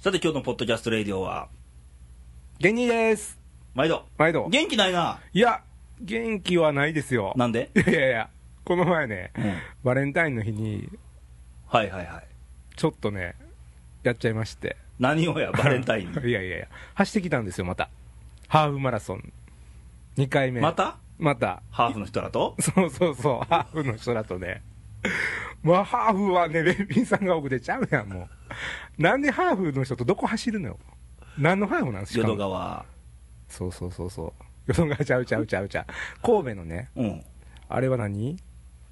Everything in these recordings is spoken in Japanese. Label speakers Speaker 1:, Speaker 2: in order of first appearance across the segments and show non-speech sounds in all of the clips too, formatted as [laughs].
Speaker 1: さて今日のポッドキャストレイディオは、
Speaker 2: 元気です
Speaker 1: 毎度。
Speaker 2: 毎度
Speaker 1: 元気ないな。
Speaker 2: いや、元気はないですよ。
Speaker 1: なんで
Speaker 2: [laughs] いやいやいや、この前ね、
Speaker 1: うん
Speaker 2: バレンタインの日に、
Speaker 1: はいはいはい。
Speaker 2: ちょっとね、やっちゃいまして。
Speaker 1: 何をや、バレンタイン。
Speaker 2: [laughs] いやいやいや、走ってきたんですよ、また。ハーフマラソン。2回目。
Speaker 1: また
Speaker 2: また。
Speaker 1: ハーフの人らと
Speaker 2: そうそうそう、ハーフの人だとね。まあ、ハーフはね、レンピンさんが多くてちゃうやん、もう。なんでハーフの人とどこ走るのよ。何のハーフなんですか
Speaker 1: 淀川。
Speaker 2: そうそうそうそう。淀川ちゃうちゃうちゃうちゃう。神戸のね、
Speaker 1: うん。
Speaker 2: あれは何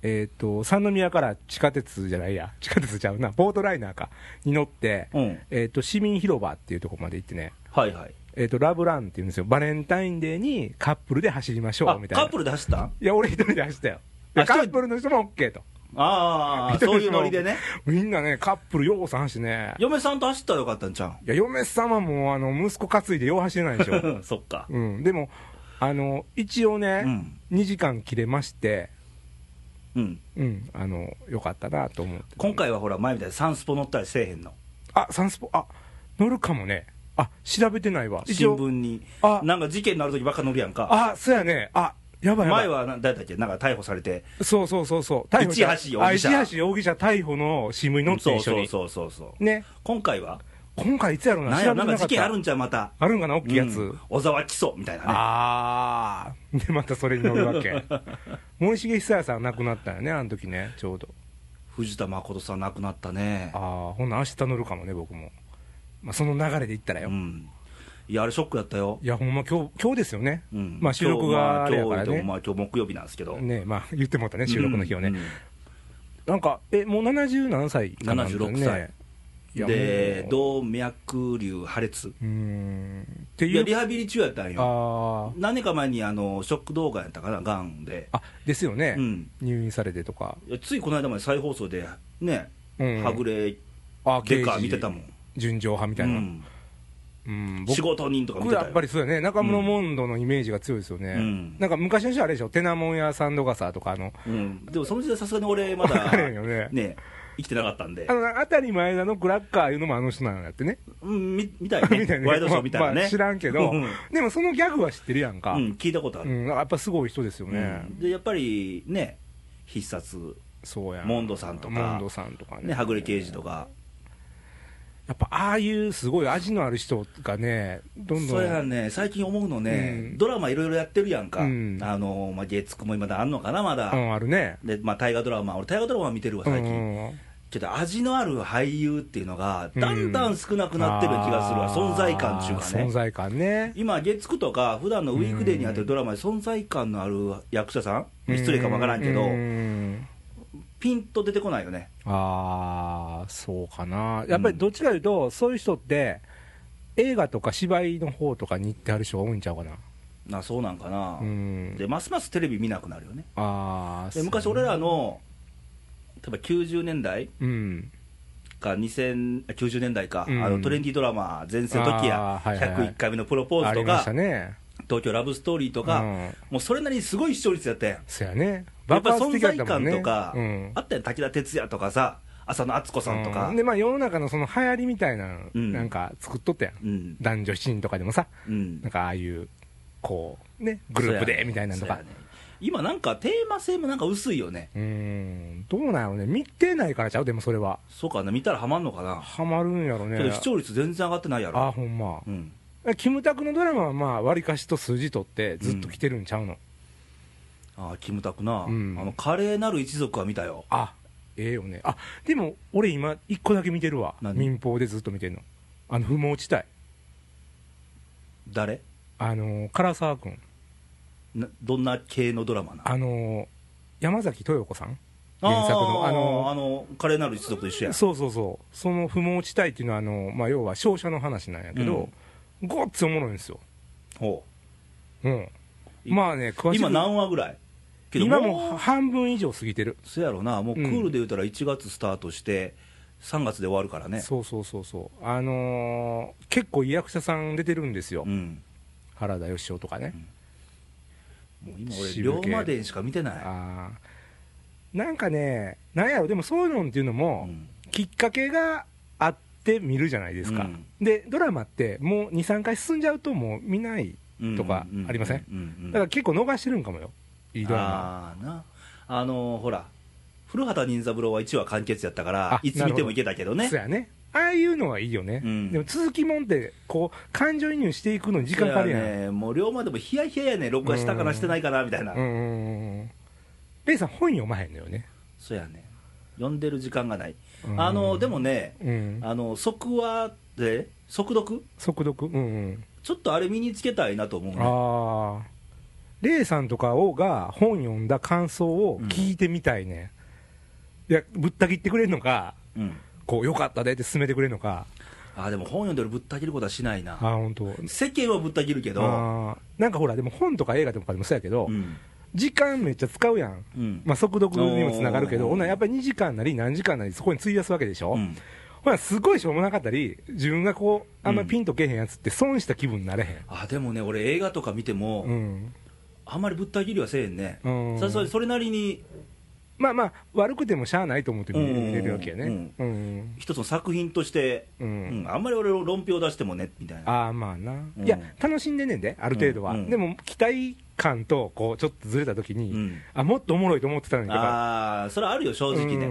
Speaker 2: えっ、と、三宮から地下鉄じゃないや、地下鉄ちゃうな、ボートライナーか、に乗って、
Speaker 1: うん。
Speaker 2: えっ、と、市民広場っていうところまで行ってね、
Speaker 1: はいはい。
Speaker 2: えっ、と、ラブランっていうんですよ。バレンタインデーにカップルで走りましょ
Speaker 1: あ
Speaker 2: う、み、たいな。
Speaker 1: カップルで走ったん
Speaker 2: いや、俺一人で走ったよ。い
Speaker 1: あ
Speaker 2: や
Speaker 1: 一人
Speaker 2: カップルの人も OK と。 [laughs]
Speaker 1: ああ、
Speaker 2: 一人
Speaker 1: そうい
Speaker 2: の
Speaker 1: う
Speaker 2: 人
Speaker 1: ノ
Speaker 2: も
Speaker 1: リでね。。
Speaker 2: みんなね、カップルようさん走ってね。
Speaker 1: 嫁さんと走ったらよかったんちゃ
Speaker 2: いや、嫁様も、あの、息子担いでよう走れないで
Speaker 1: [laughs]
Speaker 2: しょ。
Speaker 1: うん。そっか。
Speaker 2: うん。でも、あの、一応
Speaker 1: う
Speaker 2: ね、
Speaker 1: ん。
Speaker 2: 2時間切れまして、
Speaker 1: うん。
Speaker 2: うん、あの、よかったなと思って。
Speaker 1: 今回はほら、前みたいにサンスポ乗ったりせえへんの。
Speaker 2: あ、サンスポ、あ、乗るかもね。あ、調べてないわ。
Speaker 1: 新。聞に。
Speaker 2: あ、
Speaker 1: なんか事件のある時ばっか乗るやんか。
Speaker 2: あ、そうやね。あ、やばいやばい。
Speaker 1: 前は、な誰だっけなんか逮捕されて。
Speaker 2: そうそうそうそう。逮捕者
Speaker 1: 市橋容疑者
Speaker 2: あ市橋容疑者逮捕の新聞に載って
Speaker 1: そう
Speaker 2: 一緒
Speaker 1: そう
Speaker 2: に。
Speaker 1: そうそうそう。
Speaker 2: ね。
Speaker 1: 今回は
Speaker 2: 今回いつやろうな。
Speaker 1: なん
Speaker 2: 調
Speaker 1: や
Speaker 2: べ
Speaker 1: な
Speaker 2: て
Speaker 1: んか
Speaker 2: なか
Speaker 1: 事
Speaker 2: った。
Speaker 1: 件あるんちゃうまた。
Speaker 2: あるんかな、大きいやつ。
Speaker 1: うん小沢起訴みたいなね。
Speaker 2: あー。で、またそれに乗る
Speaker 1: [laughs]
Speaker 2: わけ。森重久彌さん亡くなったよね、あの時ね、ちょうど。
Speaker 1: 藤田誠さん亡くなったね
Speaker 2: あ。ー、ほんな明日乗るかもね、僕も。まあ、その流れで行ったらよ。
Speaker 1: うん。いや、あれショックだったよ
Speaker 2: い。や、ほんま今日、今日ですよね。
Speaker 1: うん
Speaker 2: まあ、収録があれやから
Speaker 1: 今日まあ
Speaker 2: ね。
Speaker 1: 今日まあ今日木曜日なんですけど。
Speaker 2: ねまあ、言ってもらったね、収録の日をね、
Speaker 1: うん。
Speaker 2: なんか、え、もう70何歳かなんだよ
Speaker 1: 76歳
Speaker 2: ね、いや
Speaker 1: で、
Speaker 2: も
Speaker 1: 動脈瘤破裂。
Speaker 2: ううーん、って
Speaker 1: い
Speaker 2: い
Speaker 1: や、
Speaker 2: う、
Speaker 1: リハビリ中やったんよ。
Speaker 2: あー
Speaker 1: 何年か前に、あの、ショック動画やったかな、がんで。
Speaker 2: あですよね、
Speaker 1: うん。
Speaker 2: 入院されてとか、
Speaker 1: いやついこの間まで再放送で、ね、
Speaker 2: うん
Speaker 1: はぐれ
Speaker 2: あ
Speaker 1: デカ見てたも
Speaker 2: ん、
Speaker 1: ん。
Speaker 2: 純情派みた
Speaker 1: う
Speaker 2: いな、
Speaker 1: ん
Speaker 2: うん
Speaker 1: 仕事人とか見
Speaker 2: 僕
Speaker 1: て
Speaker 2: や
Speaker 1: た
Speaker 2: っぱ
Speaker 1: よ。
Speaker 2: りそうだね、中村モンドのイメージが強いですよね、
Speaker 1: うん
Speaker 2: なんか昔の人はあれでしょ、テナモンやサンドガサーとか、あの、
Speaker 1: うん。でもその時代さすがに俺ま
Speaker 2: わ
Speaker 1: だ
Speaker 2: [laughs] かれへんよね、
Speaker 1: ね、生きてなかったんで
Speaker 2: あ。の、あたり前田のクラッカーいうのもあの人なんだってね、
Speaker 1: うん、みみたいね
Speaker 2: [laughs] みたいね
Speaker 1: ワイドショーみたいなね、
Speaker 2: まあまあ知らんけど
Speaker 1: うんうん
Speaker 2: でもそのギャグは知ってるやんか、
Speaker 1: うん聞いたことあ
Speaker 2: う
Speaker 1: る、
Speaker 2: ん、やっぱすごい人ですよ
Speaker 1: うん
Speaker 2: ね。
Speaker 1: でやっぱりね必殺
Speaker 2: そうやん
Speaker 1: モンドさんとか
Speaker 2: モンドさんとかね
Speaker 1: ねはぐれ刑事とか、
Speaker 2: やっぱああいうすごい味のある人がねどんどん
Speaker 1: それはね最近思うのね、
Speaker 2: うん
Speaker 1: ドラマいろいろやってるやんか、
Speaker 2: うん
Speaker 1: あのまあ、月9も今だあんのかなまだ、
Speaker 2: うんあるね
Speaker 1: でまあ、大河ドラマ俺大河ドラマ見てるわ最近、
Speaker 2: うん
Speaker 1: ちょっと味のある俳優っていうのがだんだん少なくなってる気がするわ、存在感っていうか
Speaker 2: あー存
Speaker 1: ね
Speaker 2: 在感ね
Speaker 1: 今月9とか普段のウィークデーにやってるドラマで存在感のある役者さん失礼かもわからんけど、
Speaker 2: うん
Speaker 1: ピンと出てこないよね
Speaker 2: ああそうかなやっぱりどっちかというと、そういう人って映画とか芝居の方とかに行ってある人が多いんちゃうかな
Speaker 1: なそうなんかな、
Speaker 2: うん
Speaker 1: でますますテレビ見なくなるよね
Speaker 2: ああ
Speaker 1: で昔俺らの例えば90年代
Speaker 2: うん
Speaker 1: か2000あ90年代か、
Speaker 2: うん
Speaker 1: あのトレンディードラマ全盛の時や
Speaker 2: あーはいはいはい
Speaker 1: 101回目のプロポー
Speaker 2: あ
Speaker 1: ズ
Speaker 2: り
Speaker 1: と
Speaker 2: ま
Speaker 1: か
Speaker 2: したね
Speaker 1: 東京ラブストーリーと
Speaker 2: と
Speaker 1: か、
Speaker 2: うん、
Speaker 1: もうそれなりにすごい視聴率やったやん
Speaker 2: そやね
Speaker 1: やっぱ
Speaker 2: 爆発
Speaker 1: 存
Speaker 2: 的だ
Speaker 1: 在
Speaker 2: ったも
Speaker 1: 感
Speaker 2: んね
Speaker 1: とか、
Speaker 2: うん
Speaker 1: あったやん武田鉄矢とかさ浅野敦子さんとか
Speaker 2: うんでまあ世の中のその流行りみたいな、
Speaker 1: うん
Speaker 2: なんか作っとったやん、
Speaker 1: うん
Speaker 2: 男女7人とかでもさ
Speaker 1: うん
Speaker 2: なんかああいうこうねグルー
Speaker 1: そ
Speaker 2: プ
Speaker 1: うや
Speaker 2: で
Speaker 1: ね
Speaker 2: みたいなのと
Speaker 1: そ
Speaker 2: か
Speaker 1: うやね今なんかテーマ性もなんか薄いよね
Speaker 2: う,、んどうなんやろうね見てないからちゃうでもそれは
Speaker 1: そうかな見たらハマんのかな、
Speaker 2: ハマるんやろ
Speaker 1: け
Speaker 2: ね
Speaker 1: ど視聴率全然上がってないやろ
Speaker 2: あほんま
Speaker 1: うん
Speaker 2: キムタクのドラマはまあ割かしと数字取ってずっと来てるんちゃうの、
Speaker 1: ああキムタクな、
Speaker 2: うん
Speaker 1: あの華麗なる一族は見たよ
Speaker 2: あええよねあでも俺今一個だけ見てるわ
Speaker 1: 何
Speaker 2: 民放でずっと見てるのあの不毛地帯
Speaker 1: 誰
Speaker 2: あの唐沢君
Speaker 1: などんな系のドラマな
Speaker 2: あの山崎豊子さん原作の
Speaker 1: あ
Speaker 2: あ
Speaker 1: の
Speaker 2: の
Speaker 1: あの華麗なる一族と一緒やん
Speaker 2: そうそうそう、その不毛地帯っていうのはあの、まあ、要は商社の話なんやけど、ごっつおもろいんですよ、
Speaker 1: ほ
Speaker 2: うん、
Speaker 1: い
Speaker 2: まあね、
Speaker 1: う
Speaker 2: 詳しく
Speaker 1: 今何話ぐらいけど
Speaker 2: 今
Speaker 1: も
Speaker 2: もう
Speaker 1: う
Speaker 2: 半分以上過ぎてる、
Speaker 1: そやろなもうク
Speaker 2: うん
Speaker 1: ールで言うたら1月スタートして3月で終わるからね
Speaker 2: そうそうそうそう、あのー結構、役者さん出てるんですよ、
Speaker 1: うん
Speaker 2: 原田芳雄とかね、
Speaker 1: もう今俺龍
Speaker 2: 渋系
Speaker 1: 馬伝しか見てない
Speaker 2: あーなんかね、なんやろ、でもそういうのっていうの
Speaker 1: う
Speaker 2: も、
Speaker 1: ん
Speaker 2: きっかけがあって、て見るじゃないですか、
Speaker 1: うん
Speaker 2: でドラマってもう23回進んじゃうともう見ないとかありませんだから結構逃してるんかもよいいドラマ
Speaker 1: ああーなあのーほら古畑任三郎は1話完結やったから
Speaker 2: あ
Speaker 1: いつ見てもいけたけどね
Speaker 2: そうやねああいうのはいいよね、
Speaker 1: うん
Speaker 2: でも続きもんってこう感情移入していくのに時間かかるやん、
Speaker 1: いやねもう龍馬でもヒヤヒヤやね録画したかなしてないかなみたいな、
Speaker 2: うんうんうんうんレイさん本読まへんのよね、
Speaker 1: そうやね読んでる時間がない、
Speaker 2: うん
Speaker 1: あのーでもね
Speaker 2: うん、
Speaker 1: あの即話で速読
Speaker 2: 速読うんうん
Speaker 1: ちょっとあれ身につけたいなと思うね
Speaker 2: ああレイさんとかをが本読んだ感想を聞いてみたいね、いやぶった切ってくれるのか
Speaker 1: うん
Speaker 2: こうよかったでって進めてくれるのか
Speaker 1: あーでも本読んでるぶった切ることはしない
Speaker 2: あ
Speaker 1: な
Speaker 2: ー本当
Speaker 1: 世間はぶった切るけど
Speaker 2: あーなんかほらでも本とか映画とかでもそうやけど、
Speaker 1: うん
Speaker 2: 時間めっちゃ使うやん、
Speaker 1: うん
Speaker 2: まあ、速読にもつながるけ
Speaker 1: お
Speaker 2: ど
Speaker 1: ー
Speaker 2: ほなやっぱり2時間なり何時間なりそこに費やすわけでしょ、
Speaker 1: うん
Speaker 2: ほらすごいしょうもなかったり自分がこうあんま
Speaker 1: うん
Speaker 2: ピンとけへんやつって損した気分になれ
Speaker 1: あーでもね俺映画とか見ても、
Speaker 2: へん、うん、
Speaker 1: あんまりぶった切りはせえへんね、
Speaker 2: うん
Speaker 1: それそれそれなりに
Speaker 2: まあまあ悪くてもしゃあないと思って見れるわけやねうん、
Speaker 1: 一つの作品として、
Speaker 2: うん
Speaker 1: うんあんまり俺論評出してもねみたいな
Speaker 2: ああまあな、
Speaker 1: うん
Speaker 2: いや楽しんでんねんである程度は、
Speaker 1: うんうん
Speaker 2: でも期待感とこうちょっとずれた時に、
Speaker 1: うん
Speaker 2: あもっとおもろいと思ってたのにとか
Speaker 1: あーそれはあるよ正直ね、
Speaker 2: う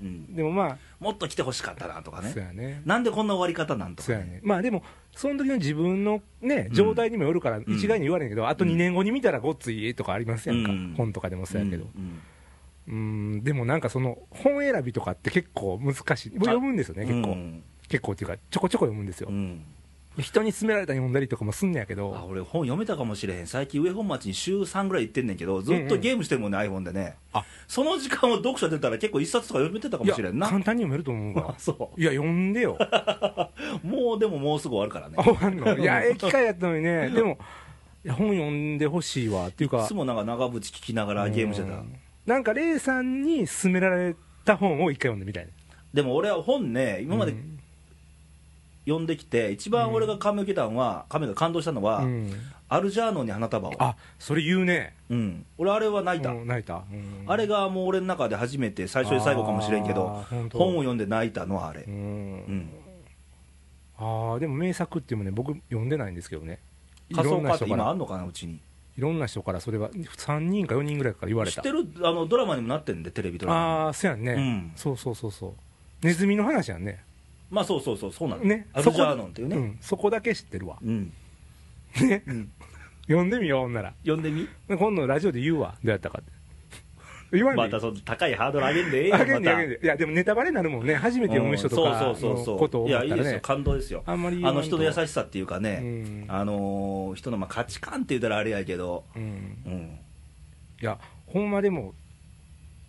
Speaker 1: うん
Speaker 2: んでもま
Speaker 1: もっと来てほしかったなとか
Speaker 2: あ、
Speaker 1: ね
Speaker 2: そうやね
Speaker 1: なんでこんな終わり方なんと
Speaker 2: そ
Speaker 1: か
Speaker 2: うや
Speaker 1: ね、
Speaker 2: ねまあでもその時の自分のね状態にもよるから
Speaker 1: ん
Speaker 2: 一概に言われんけど、あと2年後に見たらごっついえとかありますやんか、
Speaker 1: うん
Speaker 2: 本とかでもそうやけど
Speaker 1: うん
Speaker 2: うんでもなんかその本選びとかって結構難しい僕読むんですよね結構、
Speaker 1: うん
Speaker 2: 結構っていうかちょこちょこ読むんですよ
Speaker 1: う、ん
Speaker 2: 人に勧められたら読んだりとかもすんねやけ
Speaker 1: あ
Speaker 2: ど
Speaker 1: 俺本読めたかもしれへん最近上本町に週3ぐらい行ってんねんけどずっとゲームしてるもんね、iPhone でね
Speaker 2: あ
Speaker 1: その時間を読書出たら結構一冊とか読めてたかもしれん
Speaker 2: いや
Speaker 1: な
Speaker 2: 簡単に読めると思う
Speaker 1: [laughs]
Speaker 2: わ
Speaker 1: そ
Speaker 2: いや読んでよ
Speaker 1: [laughs]
Speaker 2: あ
Speaker 1: うもうでももうすぐ終わるからね
Speaker 2: 終わんのいやええ機会やったの
Speaker 1: [laughs]
Speaker 2: にねでもいや本読んでほしいわっていうか
Speaker 1: いつもなんか長渕聞きながらゲームしてた
Speaker 2: うんなんかレイさんに勧められた本を一回読んでみたいな
Speaker 1: でも俺は本ね今まで
Speaker 2: うん
Speaker 1: 読んできて一番俺が感を受けたのは感が感動したのは、
Speaker 2: うん
Speaker 1: アルジャーノンに花束を
Speaker 2: あそれ言うね
Speaker 1: うん、俺あれは泣いた、
Speaker 2: うん泣いた、うん
Speaker 1: あれがもう俺の中で初めて最初で最後かもしれんけど
Speaker 2: あー本当
Speaker 1: 本を読んで泣いたのはあれ
Speaker 2: う
Speaker 1: うんん
Speaker 2: ああでも名作っていうのもね僕読んでないんですけどねい
Speaker 1: 仮
Speaker 2: ろ
Speaker 1: 想
Speaker 2: ん
Speaker 1: 化
Speaker 2: な
Speaker 1: って
Speaker 2: 人か
Speaker 1: 今あ
Speaker 2: ら
Speaker 1: んのかなうちに
Speaker 2: いろんな人からそれは3人か4人ぐらいから言われ
Speaker 1: 知
Speaker 2: た
Speaker 1: ってるあのドラマにもなってんでテレビドラマに
Speaker 2: ああそうやんね、
Speaker 1: うん
Speaker 2: そうそうそうそうネズミの話やんね
Speaker 1: まあそうそうそうそうなの、
Speaker 2: ね
Speaker 1: アルジャーノンっていう
Speaker 2: う
Speaker 1: ね
Speaker 2: ん、そこだけ知ってるわ
Speaker 1: うん、
Speaker 2: ね
Speaker 1: うん、
Speaker 2: 読んでみようほんなら
Speaker 1: 呼んでみ
Speaker 2: で今度ラジオで言うわどうやったかって言わんでい
Speaker 1: ま
Speaker 2: い
Speaker 1: たその高いハードル上げんでええよ
Speaker 2: あげんで
Speaker 1: ま
Speaker 2: あ
Speaker 1: た
Speaker 2: げんでいやでもネタバレになるもんね初めて読む人とか
Speaker 1: うんそうそうそ
Speaker 2: の
Speaker 1: う
Speaker 2: こと
Speaker 1: そ
Speaker 2: を
Speaker 1: うい
Speaker 2: 思っ
Speaker 1: や
Speaker 2: た
Speaker 1: いい
Speaker 2: ら
Speaker 1: ですよ
Speaker 2: ね
Speaker 1: 感動ですよ
Speaker 2: あんまり言わ
Speaker 1: あ
Speaker 2: んと
Speaker 1: の人の優しさっていうかね、
Speaker 2: うん
Speaker 1: あのー人のまあ価値観って言ったらあれやけど、
Speaker 2: うん
Speaker 1: うん、
Speaker 2: いやほんまでも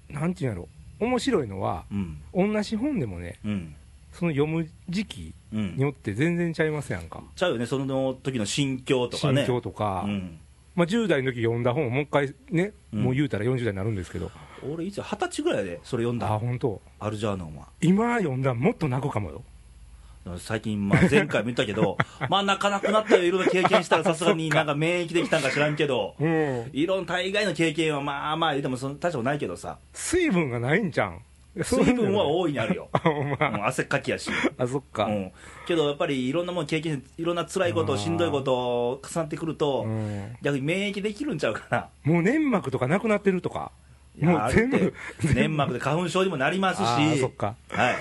Speaker 2: なんていうんやろ面白いのは
Speaker 1: うん、
Speaker 2: 同じ本でもね
Speaker 1: うん、
Speaker 2: その読む時期
Speaker 1: う
Speaker 2: に
Speaker 1: ん、
Speaker 2: よって全然ちゃいますやんか
Speaker 1: ちゃうよね、その時の心境とか
Speaker 2: 心
Speaker 1: ね、
Speaker 2: 境とか、
Speaker 1: うん、
Speaker 2: まあ、10代の時読んだ本をもう一回ね、
Speaker 1: うん
Speaker 2: もう言うたら40代になるんですけど、
Speaker 1: 俺、いつ二十歳ぐらいでそれ読ん
Speaker 2: ああ
Speaker 1: だ、
Speaker 2: 本当
Speaker 1: アルジャーノンは。
Speaker 2: 今読んだらもっと泣くかもよ
Speaker 1: 最近、まあ、前回見たけ
Speaker 2: [laughs]
Speaker 1: ど、まあ、泣かなくなったよ、いろいろ経験したら、さすがになんか免疫できたんか知らんけど、
Speaker 2: うん
Speaker 1: いろんな大概の経験は、まあまあ、でもその大したことないけどさ、
Speaker 2: 水分がないんじゃん
Speaker 1: 水分は
Speaker 2: 多
Speaker 1: 大
Speaker 2: い
Speaker 1: いにあるよ、
Speaker 2: あ [laughs] ほんま
Speaker 1: うん汗っかきやし。
Speaker 2: あそっか、
Speaker 1: うん、けどやっぱりいろんなもの経験いろんな辛いこと
Speaker 2: あー
Speaker 1: しんどいことを重なってくると、
Speaker 2: うん
Speaker 1: 逆に免疫できるんちゃうかな
Speaker 2: もう粘膜とかなくなってるとか
Speaker 1: いや
Speaker 2: もう全
Speaker 1: ある
Speaker 2: 部
Speaker 1: って粘膜で花粉症にもなります
Speaker 2: あー
Speaker 1: し
Speaker 2: そっか
Speaker 1: はい、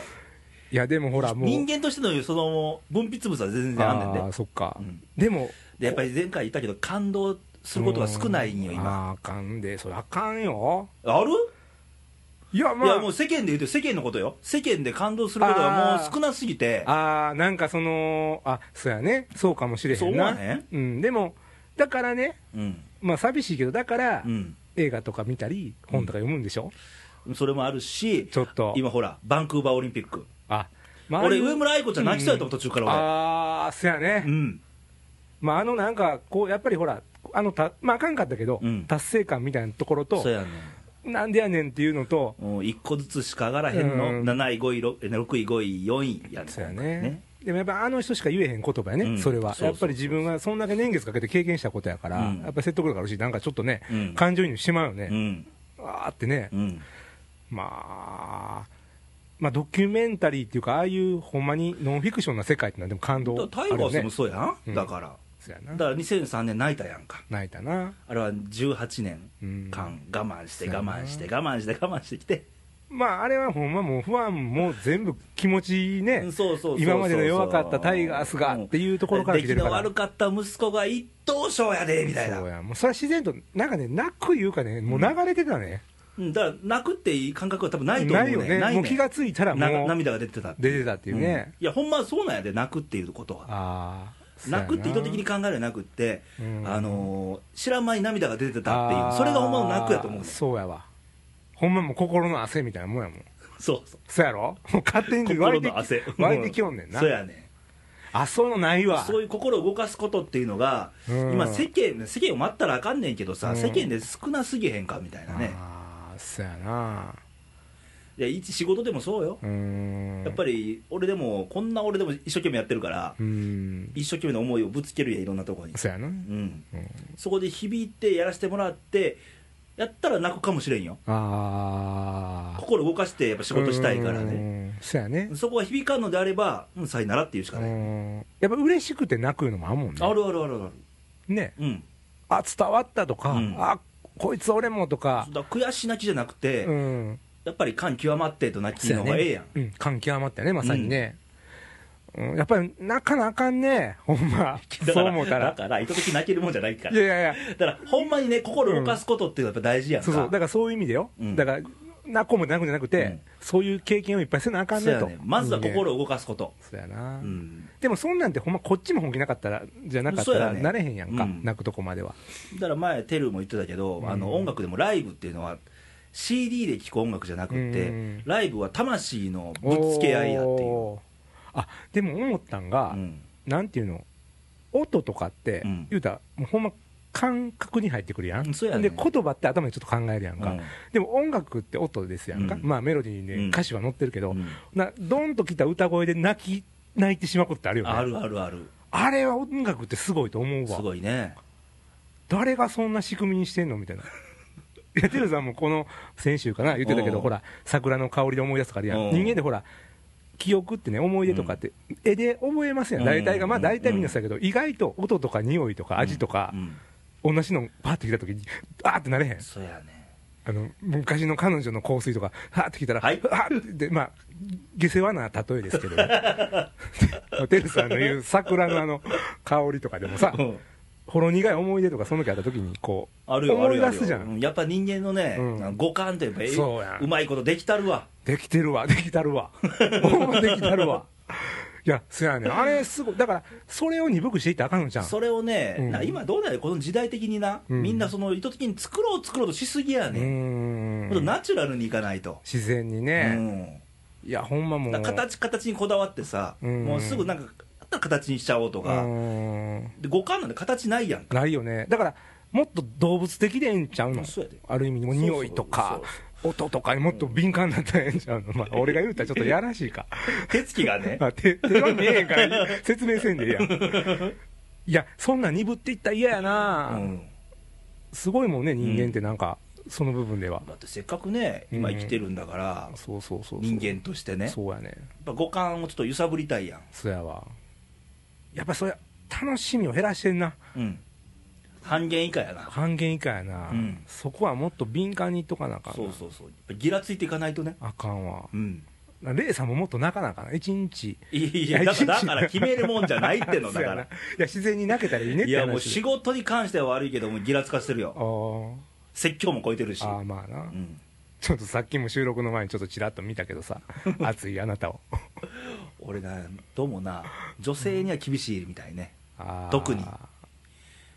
Speaker 2: いやでもほらもう
Speaker 1: 人間としてのその分泌物は全然あんねんで
Speaker 2: あーそっか、
Speaker 1: うん
Speaker 2: でも
Speaker 1: でやっぱり前回言ったけど感動することが少ないんよ
Speaker 2: うん
Speaker 1: 今
Speaker 2: あーあかんでそれあかんよ
Speaker 1: ある、
Speaker 2: いやま
Speaker 1: い
Speaker 2: あ
Speaker 1: やもう世間で言うと世間のことよ世間で感動することがもう少なすぎて
Speaker 2: ああなんかそのあそうやねそうかもしれへんな
Speaker 1: そう思わへん
Speaker 2: うん、でもだからね
Speaker 1: うん
Speaker 2: まあ寂しいけどだから、
Speaker 1: うん
Speaker 2: 映画とか見たり本とか読むんでしょ、
Speaker 1: それもあるし
Speaker 2: ちょっと
Speaker 1: 今ほらバンクーバーオリンピック
Speaker 2: あ、まあ
Speaker 1: 俺上村愛子ちゃん泣きそうやと思う、途中から俺
Speaker 2: ああーそうやね、
Speaker 1: うん、
Speaker 2: まああのなんかこうやっぱりほらあのたまああかんかったけど、
Speaker 1: うん
Speaker 2: 達成感みたいなところと
Speaker 1: そうやね
Speaker 2: なんでやねんっていうのと
Speaker 1: もう1個ずつしか上がらへんの、
Speaker 2: うん
Speaker 1: 7位、5位、6, 位、5位、4位やね
Speaker 2: そうやねでもやっぱあの人しか言えへん言葉やね、
Speaker 1: うん
Speaker 2: それ
Speaker 1: そうそう
Speaker 2: は
Speaker 1: そう
Speaker 2: やっぱり自分はそんだけ年月かけて経験したことやから、
Speaker 1: うん
Speaker 2: やっぱ説得力あるしなんかちょっとね、
Speaker 1: うん
Speaker 2: 感情移入してまうよ
Speaker 1: う
Speaker 2: ね、
Speaker 1: ん、
Speaker 2: あーってね、
Speaker 1: うん、
Speaker 2: まあまあ、ドキュメンタリーっていうか、ああいうほんまにノンフィクションな世界ってのはでも感動あ
Speaker 1: だからタ
Speaker 2: る
Speaker 1: イガ
Speaker 2: よ
Speaker 1: ース
Speaker 2: ね
Speaker 1: も。そうやん、
Speaker 2: うん
Speaker 1: だから、
Speaker 2: そうや
Speaker 1: だ
Speaker 2: な
Speaker 1: から2003年泣いたやんか、
Speaker 2: 泣いたな。
Speaker 1: あれは18年
Speaker 2: うん
Speaker 1: 間、我慢して、
Speaker 2: そ
Speaker 1: 我
Speaker 2: うやな
Speaker 1: 慢して、我慢して、我慢してきて、
Speaker 2: まあ、あれはほんまもう不安も全部気持ちいいね。
Speaker 1: うんそうそうそうそう
Speaker 2: 今までの弱かったタイガースが
Speaker 1: うん
Speaker 2: っていうところから来てるから
Speaker 1: 出来の悪かった息子が一等賞やでみたいな
Speaker 2: そう、や。もうそれは自然と、なんかね、泣くいうかね、もう流れてたね。
Speaker 1: うん、だから泣くっていう感覚は多分ないと思う
Speaker 2: ないよ
Speaker 1: ね
Speaker 2: ね。もう気がついたら
Speaker 1: な
Speaker 2: もう
Speaker 1: 涙が出てたって
Speaker 2: 出てたっていうね。
Speaker 1: うんいやほんまそうなんやで泣くっていうことは
Speaker 2: ああ。そうや
Speaker 1: 泣
Speaker 2: な
Speaker 1: くって意図的に考えるんじゃなくって、
Speaker 2: うん
Speaker 1: あのー知らん間に涙が出てたっていうそれがほんまの泣くやと思う
Speaker 2: あ
Speaker 1: ね
Speaker 2: ー
Speaker 1: ん
Speaker 2: そうやわほんまもう心の汗みたいなもんやもん
Speaker 1: そうそう
Speaker 2: そうやろもう勝手に湧
Speaker 1: [laughs] 心
Speaker 2: いて
Speaker 1: の汗
Speaker 2: き湧いてきよんねんな
Speaker 1: そうやね
Speaker 2: あそうのないわ
Speaker 1: そういう心を動かすことっていうのが、
Speaker 2: うん
Speaker 1: 今世間世間を待ったらあかんねんけどさ、
Speaker 2: うん
Speaker 1: 世間で少なすぎへんかみたいなね
Speaker 2: ああそうやない
Speaker 1: や一仕事でもそうよ、
Speaker 2: うーん
Speaker 1: やっぱり俺でもこんな俺でも一生懸命やってるから、
Speaker 2: うーん
Speaker 1: 一生懸命の思いをぶつけるやんいろんなとこに、
Speaker 2: [laughs] そうや
Speaker 1: う
Speaker 2: な
Speaker 1: ん、そこで響いてやらせてもらってやったら泣くかもしれんよ
Speaker 2: ああ
Speaker 1: 心動かしてやっぱ仕事したいからね
Speaker 2: ねそうやね
Speaker 1: そこが響かんのであれば、うん、さよならっていうし
Speaker 2: う
Speaker 1: かない。
Speaker 2: ーんやっぱ嬉しくて泣くのもあるもんね
Speaker 1: あるあるあるある。
Speaker 2: ね
Speaker 1: うん。
Speaker 2: あ伝わったとか、
Speaker 1: うん
Speaker 2: あこいつ俺もとか
Speaker 1: だから悔し泣きじゃなくて、
Speaker 2: うん
Speaker 1: やっぱり感極まってと泣き
Speaker 2: そう
Speaker 1: の方がええやん。
Speaker 2: ねうん、感極まったよね、まさにね。うんやっぱり、なかなかんね、ほんま、
Speaker 1: [laughs] だ
Speaker 2: そ
Speaker 1: か
Speaker 2: う思った
Speaker 1: だ
Speaker 2: ら。
Speaker 1: から、意図的に泣けるもんじゃないか
Speaker 2: い
Speaker 1: ら。
Speaker 2: やいやいや、
Speaker 1: だから、ほんまにね、心動かすことっていうのはやっぱ大事やんか。
Speaker 2: そうそう、だからそういう意味でよ、
Speaker 1: うん
Speaker 2: だから、泣こうも泣くんじゃなくて、
Speaker 1: うん
Speaker 2: そういう経験をいっぱいせなあかん
Speaker 1: そう
Speaker 2: ね
Speaker 1: や
Speaker 2: と。
Speaker 1: ね。まずは
Speaker 2: 人間。
Speaker 1: 心を動かすこと。
Speaker 2: そうやな、
Speaker 1: うん。
Speaker 2: でも、そんなんて、ほんま、こっちも本気なかったら、じゃなかった
Speaker 1: そうや
Speaker 2: ら、
Speaker 1: ね
Speaker 2: なれへんやんか、
Speaker 1: うん
Speaker 2: 泣くとこまでは。
Speaker 1: だから前、テルも言ってたけど、
Speaker 2: うん
Speaker 1: あの、音楽でもライブっていうのは、CD で聴く音楽じゃなくって、
Speaker 2: うん
Speaker 1: ライブは魂のぶつけ合いやっていう。
Speaker 2: おーあでも思ったんが、
Speaker 1: うん。
Speaker 2: なんていうの、音とかって、
Speaker 1: うん
Speaker 2: 言うたら、もうほんま、感覚に入ってくるや
Speaker 1: うん
Speaker 2: ん。
Speaker 1: そうやね
Speaker 2: で、言葉って頭にちょっと考えるやんか。
Speaker 1: うん
Speaker 2: でも音楽って音ですやんか、
Speaker 1: うん
Speaker 2: まあメロディー
Speaker 1: うん
Speaker 2: に歌詞は載ってるけど、
Speaker 1: うん
Speaker 2: なドンときた歌声で泣き泣いてしまうことってあるよね
Speaker 1: あるあるある。
Speaker 2: あれは音楽ってすごいと思う
Speaker 1: す
Speaker 2: わ
Speaker 1: ごいね。
Speaker 2: 誰がそんな仕組みにしてんのみた
Speaker 1: [laughs]
Speaker 2: いないやテルさんもこの先週かな言ってたけ
Speaker 1: う
Speaker 2: ど
Speaker 1: ん
Speaker 2: ほら桜の香りで思い出すとかあるやん
Speaker 1: うん
Speaker 2: 人間でほら記憶ってね思い出とかって、絵で覚えますやん大体が、まあ大体みんなそうやけど、意外と音とか匂いとか味とか
Speaker 1: う、ん
Speaker 2: 同じのパッてきた時にあーってなれへん
Speaker 1: そうやね。
Speaker 2: あの昔の彼女の香水とか、はーって聞いたら、
Speaker 1: はい
Speaker 2: はーって、まあ、下世話な例えですけど、
Speaker 1: [laughs]
Speaker 2: ね、テルさんの言う桜のあの香りとかでもさ、
Speaker 1: うん
Speaker 2: ほろ苦い思い出とか、その時あった時にこう、
Speaker 1: あるよ、あ
Speaker 2: 思
Speaker 1: る
Speaker 2: い
Speaker 1: よあ
Speaker 2: 出
Speaker 1: るよ。
Speaker 2: すじゃ、
Speaker 1: うんんやっぱ人間のね、
Speaker 2: うん
Speaker 1: 五感ってやっぱえ
Speaker 2: そうやん
Speaker 1: うまいことできたるわ。
Speaker 2: できてるわ、できた
Speaker 1: [laughs]
Speaker 2: るわ、ほんまできたるわ、いや、そやねんあれ、すごい、だから、それを鈍くしていったらあかんのじゃん、
Speaker 1: それをね、
Speaker 2: うん
Speaker 1: な今どうなるこの時代的にな、
Speaker 2: うん
Speaker 1: みんなその意図的に作ろう作ろうとしすぎや
Speaker 2: うー
Speaker 1: ね、もっと
Speaker 2: ん、
Speaker 1: ナチュラルにいかないと。
Speaker 2: 自然に
Speaker 1: う
Speaker 2: ね、
Speaker 1: ん
Speaker 2: いや、ほんまもう、
Speaker 1: だから形形にこだわってさ、
Speaker 2: うん
Speaker 1: もうすぐなんか、あったら形にしちゃおうと
Speaker 2: う
Speaker 1: か、
Speaker 2: ーん
Speaker 1: で五感なんて形ないやんか。
Speaker 2: ないよね、だから、もっと動物的でええんちゃうの
Speaker 1: そうやで、
Speaker 2: ある意味、もう匂いとか
Speaker 1: そう、
Speaker 2: 音とかにもっと敏感になったらええんちゃうの、まあ、俺が言うたらちょっとやらしいか、
Speaker 1: 手つきがね
Speaker 2: [laughs] ま、あ手手が見えへんから説明せんでええやん。いや、そんなん鈍っていったら嫌やな、
Speaker 1: うん
Speaker 2: すごいもんね、人間ってなんか、その部分では。
Speaker 1: だってせっかくね、今生きてるんだから、
Speaker 2: そうそうそうそう。
Speaker 1: 人間としてね、やっ
Speaker 2: そうやね。
Speaker 1: ぱ五感をちょっと揺さぶりたいやん。
Speaker 2: そうやわ。やっぱそれ、楽しみを減らしてんな。
Speaker 1: うん、半減以下やな、
Speaker 2: 半減以下やな。
Speaker 1: うん
Speaker 2: そこはもっと敏感にいっとかなあかんな。
Speaker 1: そうそうそう、やっぱギラついていかないとね、
Speaker 2: あかんわ。
Speaker 1: うん、
Speaker 2: レイさんももっと泣かなあかんな。一日。
Speaker 1: いやいやだからだから決めるもんじゃないっての、だか
Speaker 2: [laughs] そうやな
Speaker 1: ら
Speaker 2: い、や、自然に泣けたらいいねっ
Speaker 1: い
Speaker 2: て話
Speaker 1: やもう仕事に関しては悪いけど、もうギラつかしてるよ、
Speaker 2: あ
Speaker 1: 説教も超えてるし、
Speaker 2: ーあー、まあな、
Speaker 1: うん、
Speaker 2: ちょっとさっきも収録の前にちょっとちらっと見たけ
Speaker 1: [laughs]
Speaker 2: どさ、熱いあなたを。
Speaker 1: 俺な、どうもな、女性には厳しいみたいね、
Speaker 2: あー
Speaker 1: 特に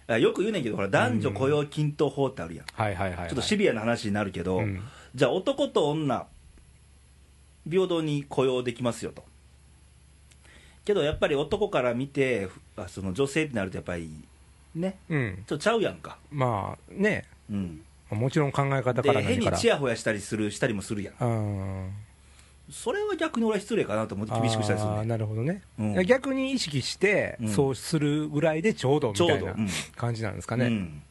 Speaker 1: あよく言うねんけど、ほら、男女雇用均等法ってあるやん、ち
Speaker 2: はいはいはい、はい。
Speaker 1: ょっとシビアな話になるけど、
Speaker 2: うん
Speaker 1: じゃあ、男と女、平等に雇用できますよと。けどやっぱり男から見て、ふあその女性ってなると、やっぱりね、
Speaker 2: うん。
Speaker 1: ちょっとちゃうやんか、
Speaker 2: まあね、
Speaker 1: うん、
Speaker 2: もちろん考え方から
Speaker 1: で変
Speaker 2: 何か
Speaker 1: に
Speaker 2: ら。
Speaker 1: ちやほやしたりするしたりもするやん
Speaker 2: うん
Speaker 1: それは逆に俺は失礼かなと思って厳しくしたりする
Speaker 2: あー
Speaker 1: ね
Speaker 2: なるほどね、
Speaker 1: うん
Speaker 2: 逆に意識して、
Speaker 1: うん
Speaker 2: そうするぐらいでちょうどみ
Speaker 1: ちょう
Speaker 2: たい
Speaker 1: ど
Speaker 2: な
Speaker 1: うん
Speaker 2: 感じなんですかね、
Speaker 1: うん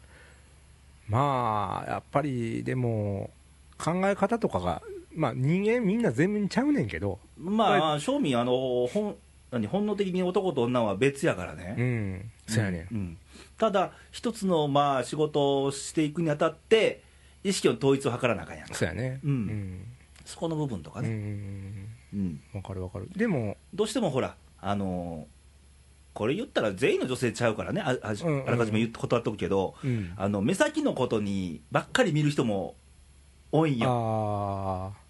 Speaker 2: まあやっぱりでも考え方とかがまあ人間みんな全面ちゃうねんけど、
Speaker 1: まあ、正味、あの本何本能的に男と女は別やから
Speaker 2: う
Speaker 1: ね、
Speaker 2: ん、そうやねん
Speaker 1: う。んただ、一つの、まあ、仕事をしていくにあたって、意識の統一を図らなあかんやんか、
Speaker 2: そうやね。
Speaker 1: うん
Speaker 2: うん。
Speaker 1: そこの部分とか
Speaker 2: う
Speaker 1: ね、
Speaker 2: ん。
Speaker 1: うん
Speaker 2: わかるわかる。でも、
Speaker 1: どうしてもほら、あのこれ言ったら全員の女性ちゃうからね、ああじ
Speaker 2: うんうんうん
Speaker 1: あらかじめ言っ断っとくけど、
Speaker 2: うん。あ
Speaker 1: あの目先のことにばっかり見る人も多いんよ、
Speaker 2: あー。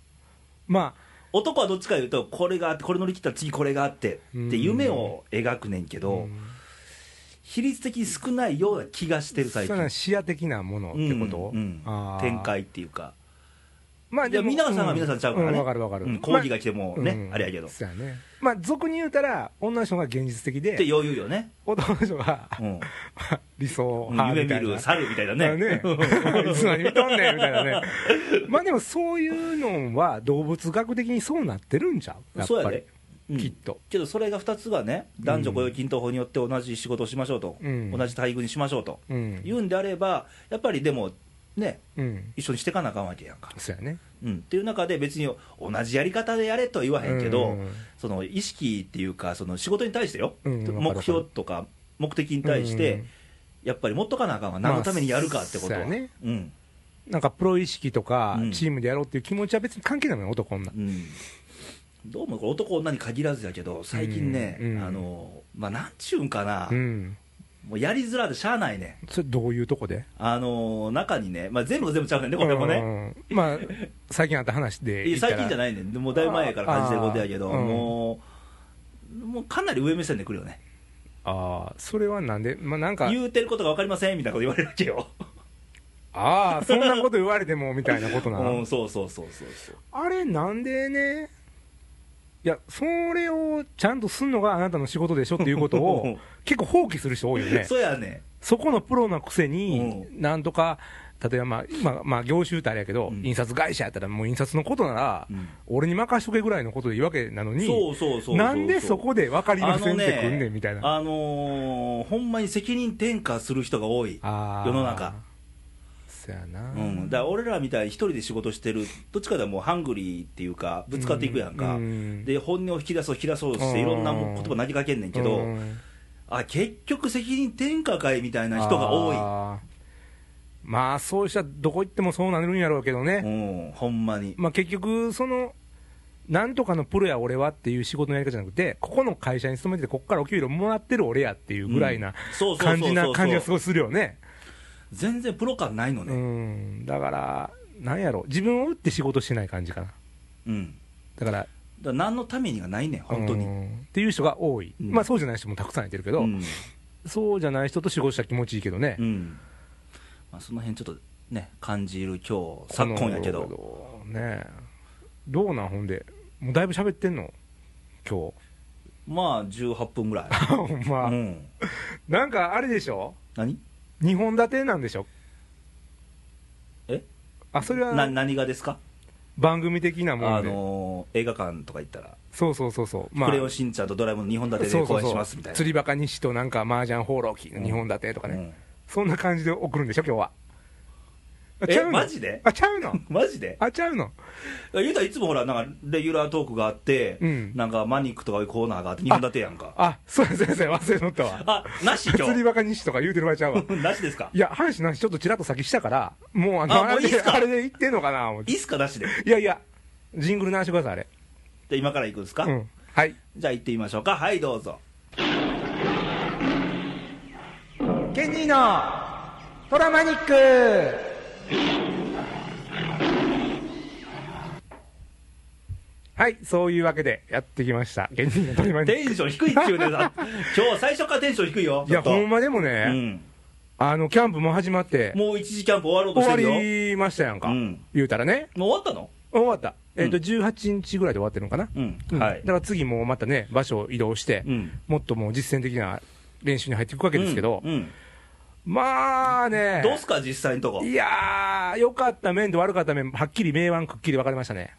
Speaker 2: まあ、
Speaker 1: 男はどっちかいうと、これがあって、これ乗り切ったら次これがあってって、夢を描くねんけど。
Speaker 2: うん
Speaker 1: 比率的に少ないような気がしてる最
Speaker 2: そ
Speaker 1: 近
Speaker 2: うなん視野的なものってこと、
Speaker 1: うん
Speaker 2: あー
Speaker 1: 展。開っていうか、
Speaker 2: ま
Speaker 1: いや皆さんが皆さんちゃうからね
Speaker 2: わ、かるわかる。
Speaker 1: うん、講義が
Speaker 2: 来
Speaker 1: 来てもね、あれやけど、っ
Speaker 2: そうやね。まあ、俗に言うたら、女の人が現実的
Speaker 1: て
Speaker 2: で、
Speaker 1: 余裕よね、
Speaker 2: 男の人が [laughs]
Speaker 1: うん、
Speaker 2: 理想派
Speaker 1: 夢
Speaker 2: みた
Speaker 1: 見
Speaker 2: いな。
Speaker 1: る猿みたいなね
Speaker 2: だ
Speaker 1: [laughs]
Speaker 2: ねいつまで見とんねんみたいなね。まあでもそういうのは動物学的にそうなってるんちゃうやっ
Speaker 1: そうや
Speaker 2: ぱり
Speaker 1: で、、うん
Speaker 2: きっと。
Speaker 1: けどそれが2つがね男女雇用均等法によって同じ仕事をしましょうと、
Speaker 2: うん
Speaker 1: 同じ待遇にしましょうと、
Speaker 2: うん
Speaker 1: いうんであればやっぱりでもね
Speaker 2: うん。
Speaker 1: 一緒にしてかなあかんわけやんか、
Speaker 2: そうやね。
Speaker 1: うん、っていう中で別に同じやり方でやれとは言わへんけど、
Speaker 2: うん
Speaker 1: その意識っていうかその仕事に対してよ、
Speaker 2: うん
Speaker 1: 目標とか目的に対して、
Speaker 2: うん
Speaker 1: やっぱり持っとかなあかんわ何のためにやるかってことは、
Speaker 2: まあそうやね
Speaker 1: うん
Speaker 2: なんかプロ意識とか
Speaker 1: うん、
Speaker 2: チームでやろうっていう気持ちは別に関係ないのよ、男女。
Speaker 1: うん、どうもこれ男女に限らずやけど最近ね、
Speaker 2: うんうん
Speaker 1: あのまあなんちゅうんかな、
Speaker 2: うん。
Speaker 1: もうやりづらでしゃあないね
Speaker 2: それどういうとこで
Speaker 1: あの中にね、まあ、全部が全部ちゃうねんねこれもね、
Speaker 2: うんまあ、最近あった話で
Speaker 1: い
Speaker 2: 言
Speaker 1: や
Speaker 2: ったら。
Speaker 1: 最近じゃないねんでもうだいぶ前やから感じてることやけど、
Speaker 2: あーうん
Speaker 1: もうもうかなり上目線でくるよね
Speaker 2: ああ、それはなんで、まあなんか、
Speaker 1: 言うてることが分かりませんみたいなこと言われるわけよ
Speaker 2: ああ、そんなこと言われてもみたいなことな
Speaker 1: [laughs]
Speaker 2: の。
Speaker 1: うん、そうそうそうそうそう
Speaker 2: あれなんでね、いや、それをちゃんとすんのがあなたの仕事でしょっていうことを結構放棄する人多いよ
Speaker 1: [laughs]
Speaker 2: ね。
Speaker 1: そやね
Speaker 2: そこのプロなくせに、
Speaker 1: う
Speaker 2: なんとか、例えばまあ、今、まあ、業種言うたらあれやけど、
Speaker 1: うん
Speaker 2: 印刷会社やったらもう印刷のことなら、
Speaker 1: ん
Speaker 2: 俺に任しとけぐらいのことでいいわけなのに、
Speaker 1: そうそうそうそう
Speaker 2: なんでそこで分かりませんってくんねんみたいな。
Speaker 1: あのーほんまに責任転嫁する人が多い、
Speaker 2: あー
Speaker 1: 世の中。
Speaker 2: そやな。
Speaker 1: うん、だから俺らみたいに一人で仕事してるどっちかでもうハングリーっていうかぶつかっていくやんか、
Speaker 2: うんうん
Speaker 1: で本音を引き出そう引き出そうとしていろんなもん言葉投げかけんねんけど、
Speaker 2: うん
Speaker 1: あ結局責任転嫁かいみたいな人が多い、
Speaker 2: あーまあそういう人はどこ行ってもそうなるんやろうけどね、
Speaker 1: うん、ほんまに、
Speaker 2: まあ、結局そのなんとかのプロや俺はっていう仕事のやり方じゃなくてここの会社に勤めててここからお給料もらってる俺やっていう [laughs] ぐらい
Speaker 1: うん
Speaker 2: な
Speaker 1: そうそうそう
Speaker 2: 感
Speaker 1: そう
Speaker 2: じな感じがすごいするよね
Speaker 1: 全然プロ感ないの
Speaker 2: う
Speaker 1: ね、
Speaker 2: んだからなんやろ自分を打って仕事してない感じかな
Speaker 1: うん、
Speaker 2: だから
Speaker 1: だから何のためにがないねん本当に、
Speaker 2: うんっていう人が多い、
Speaker 1: うん
Speaker 2: まあそうじゃない人もたくさんいてるけど、
Speaker 1: うん
Speaker 2: そうじゃない人と仕事したら気持ちいいけどね、
Speaker 1: うんまあ、その辺ちょっとね感じる今日
Speaker 2: こ
Speaker 1: 昨
Speaker 2: の
Speaker 1: 今やけど
Speaker 2: ねえどうなんほんでもうだいぶ喋ってんの今
Speaker 1: まあ18分ぐ
Speaker 2: [laughs]
Speaker 1: らい、
Speaker 2: 日ほんま、
Speaker 1: うん、
Speaker 2: なんかあれでしょ
Speaker 1: 何
Speaker 2: 2本立てなんでしょ
Speaker 1: え
Speaker 2: あそれ
Speaker 1: な
Speaker 2: は
Speaker 1: 何がですか
Speaker 2: 番組的なも
Speaker 1: あ
Speaker 2: んで、
Speaker 1: のー映画館とか行ったら
Speaker 2: そうそうそうそう
Speaker 1: 「クレヨンしんちゃんとドラえもんの2本立て
Speaker 2: そ
Speaker 1: で
Speaker 2: うそ
Speaker 1: 公
Speaker 2: う
Speaker 1: 演
Speaker 2: そう
Speaker 1: します」みたいな
Speaker 2: 釣りバカ西となんか麻雀放浪記の2本立てとかね、そんな感じで送るんでしょ今日はあ
Speaker 1: え
Speaker 2: ちゃうの
Speaker 1: マジで
Speaker 2: あちゃうの
Speaker 1: うんマジで
Speaker 2: あちゃうの
Speaker 1: 言うたらいつもほらなんかレギュラートークがあって、
Speaker 2: うん
Speaker 1: なんかマニックとかいうコーナーがあって2本立てやんか
Speaker 2: あそうやそうやそうや忘れとったわ
Speaker 1: あなし今
Speaker 2: 釣り
Speaker 1: 日
Speaker 2: バカ西とか言うてる場合ちゃうわ
Speaker 1: [laughs] なしですか
Speaker 2: いや、阪神の話ちょっとちらっと先したから、もうあの、
Speaker 1: あ
Speaker 2: あ
Speaker 1: もうい
Speaker 2: れ
Speaker 1: いっす
Speaker 2: で、
Speaker 1: か
Speaker 2: あれで言ってんのかな思っ
Speaker 1: い
Speaker 2: て
Speaker 1: いっすかなしで
Speaker 2: いやいや、ジングル鳴らしてください、あれ。
Speaker 1: で今から行くんですか、
Speaker 2: うん。はい。
Speaker 1: じゃあ行ってみましょうかはいどうぞ
Speaker 2: ケニーのトラマニックはい、そういうわけでやってきました。ケニーのトラマニ
Speaker 1: テ
Speaker 2: ック。
Speaker 1: ンション低いっちゅうねん
Speaker 2: [laughs]
Speaker 1: さ今日最初からテンション低いよ
Speaker 2: いや、
Speaker 1: ちょっ
Speaker 2: ほ
Speaker 1: と
Speaker 2: んまでも
Speaker 1: う
Speaker 2: ね、
Speaker 1: ん、
Speaker 2: あの、キャンプも始まって、
Speaker 1: もう一時キャンプ終わろうとし
Speaker 2: 終
Speaker 1: て
Speaker 2: わ
Speaker 1: るよも
Speaker 2: りましたやんか
Speaker 1: うん。
Speaker 2: 言うたらね。
Speaker 1: う終わったの
Speaker 2: 終わった。えっと、
Speaker 1: うん
Speaker 2: 18日ぐらいで終わってるのかな。
Speaker 1: うん、
Speaker 2: うん
Speaker 1: はい
Speaker 2: だから次もうまたね、場所を移動して、
Speaker 1: うん
Speaker 2: もっともう実践的な練習に入っていくわけですけど、
Speaker 1: うんうん
Speaker 2: まあね、
Speaker 1: どうすか実際のとこ
Speaker 2: いやー、良かった面と悪かった面、はっきり明暗くっきり分かれましたね。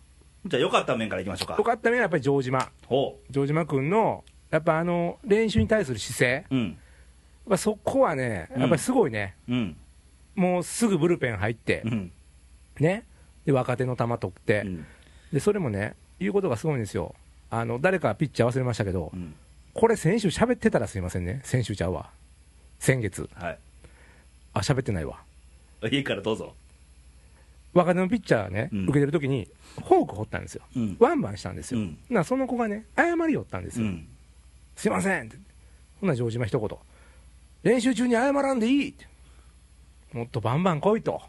Speaker 1: じゃあ良かった面からいきましょうか
Speaker 2: 良かった面はやっぱり城島、
Speaker 1: ほ
Speaker 2: 城島君の、やっぱあの、練習に対する姿勢、やっ
Speaker 1: ううん
Speaker 2: ぱそこはね、
Speaker 1: うん
Speaker 2: やっぱりすごいね、
Speaker 1: うん
Speaker 2: もうすぐブルペン入って
Speaker 1: う、ん
Speaker 2: ね、で若手の球取って、
Speaker 1: うん
Speaker 2: でそれもね、言うことがすごいんですよ、あの誰かピッチャー忘れましたけど
Speaker 1: う、ん
Speaker 2: これ、先週喋ってたらすいませんね、先週ちゃうわ、先月、
Speaker 1: はい
Speaker 2: あ喋ってないわ、
Speaker 1: 家からどうぞ
Speaker 2: 若手のピッチャーね、
Speaker 1: うん
Speaker 2: 受けてる時に、フォーク掘ったんですよ、
Speaker 1: うん
Speaker 2: ワンバンしたんですよ、
Speaker 1: うん
Speaker 2: なその子がね、謝りよったんです
Speaker 1: う
Speaker 2: よ、
Speaker 1: ん
Speaker 2: すいませんって、ほんな城島一言、練習中に謝らんでいいって、もっとバンバン来いと、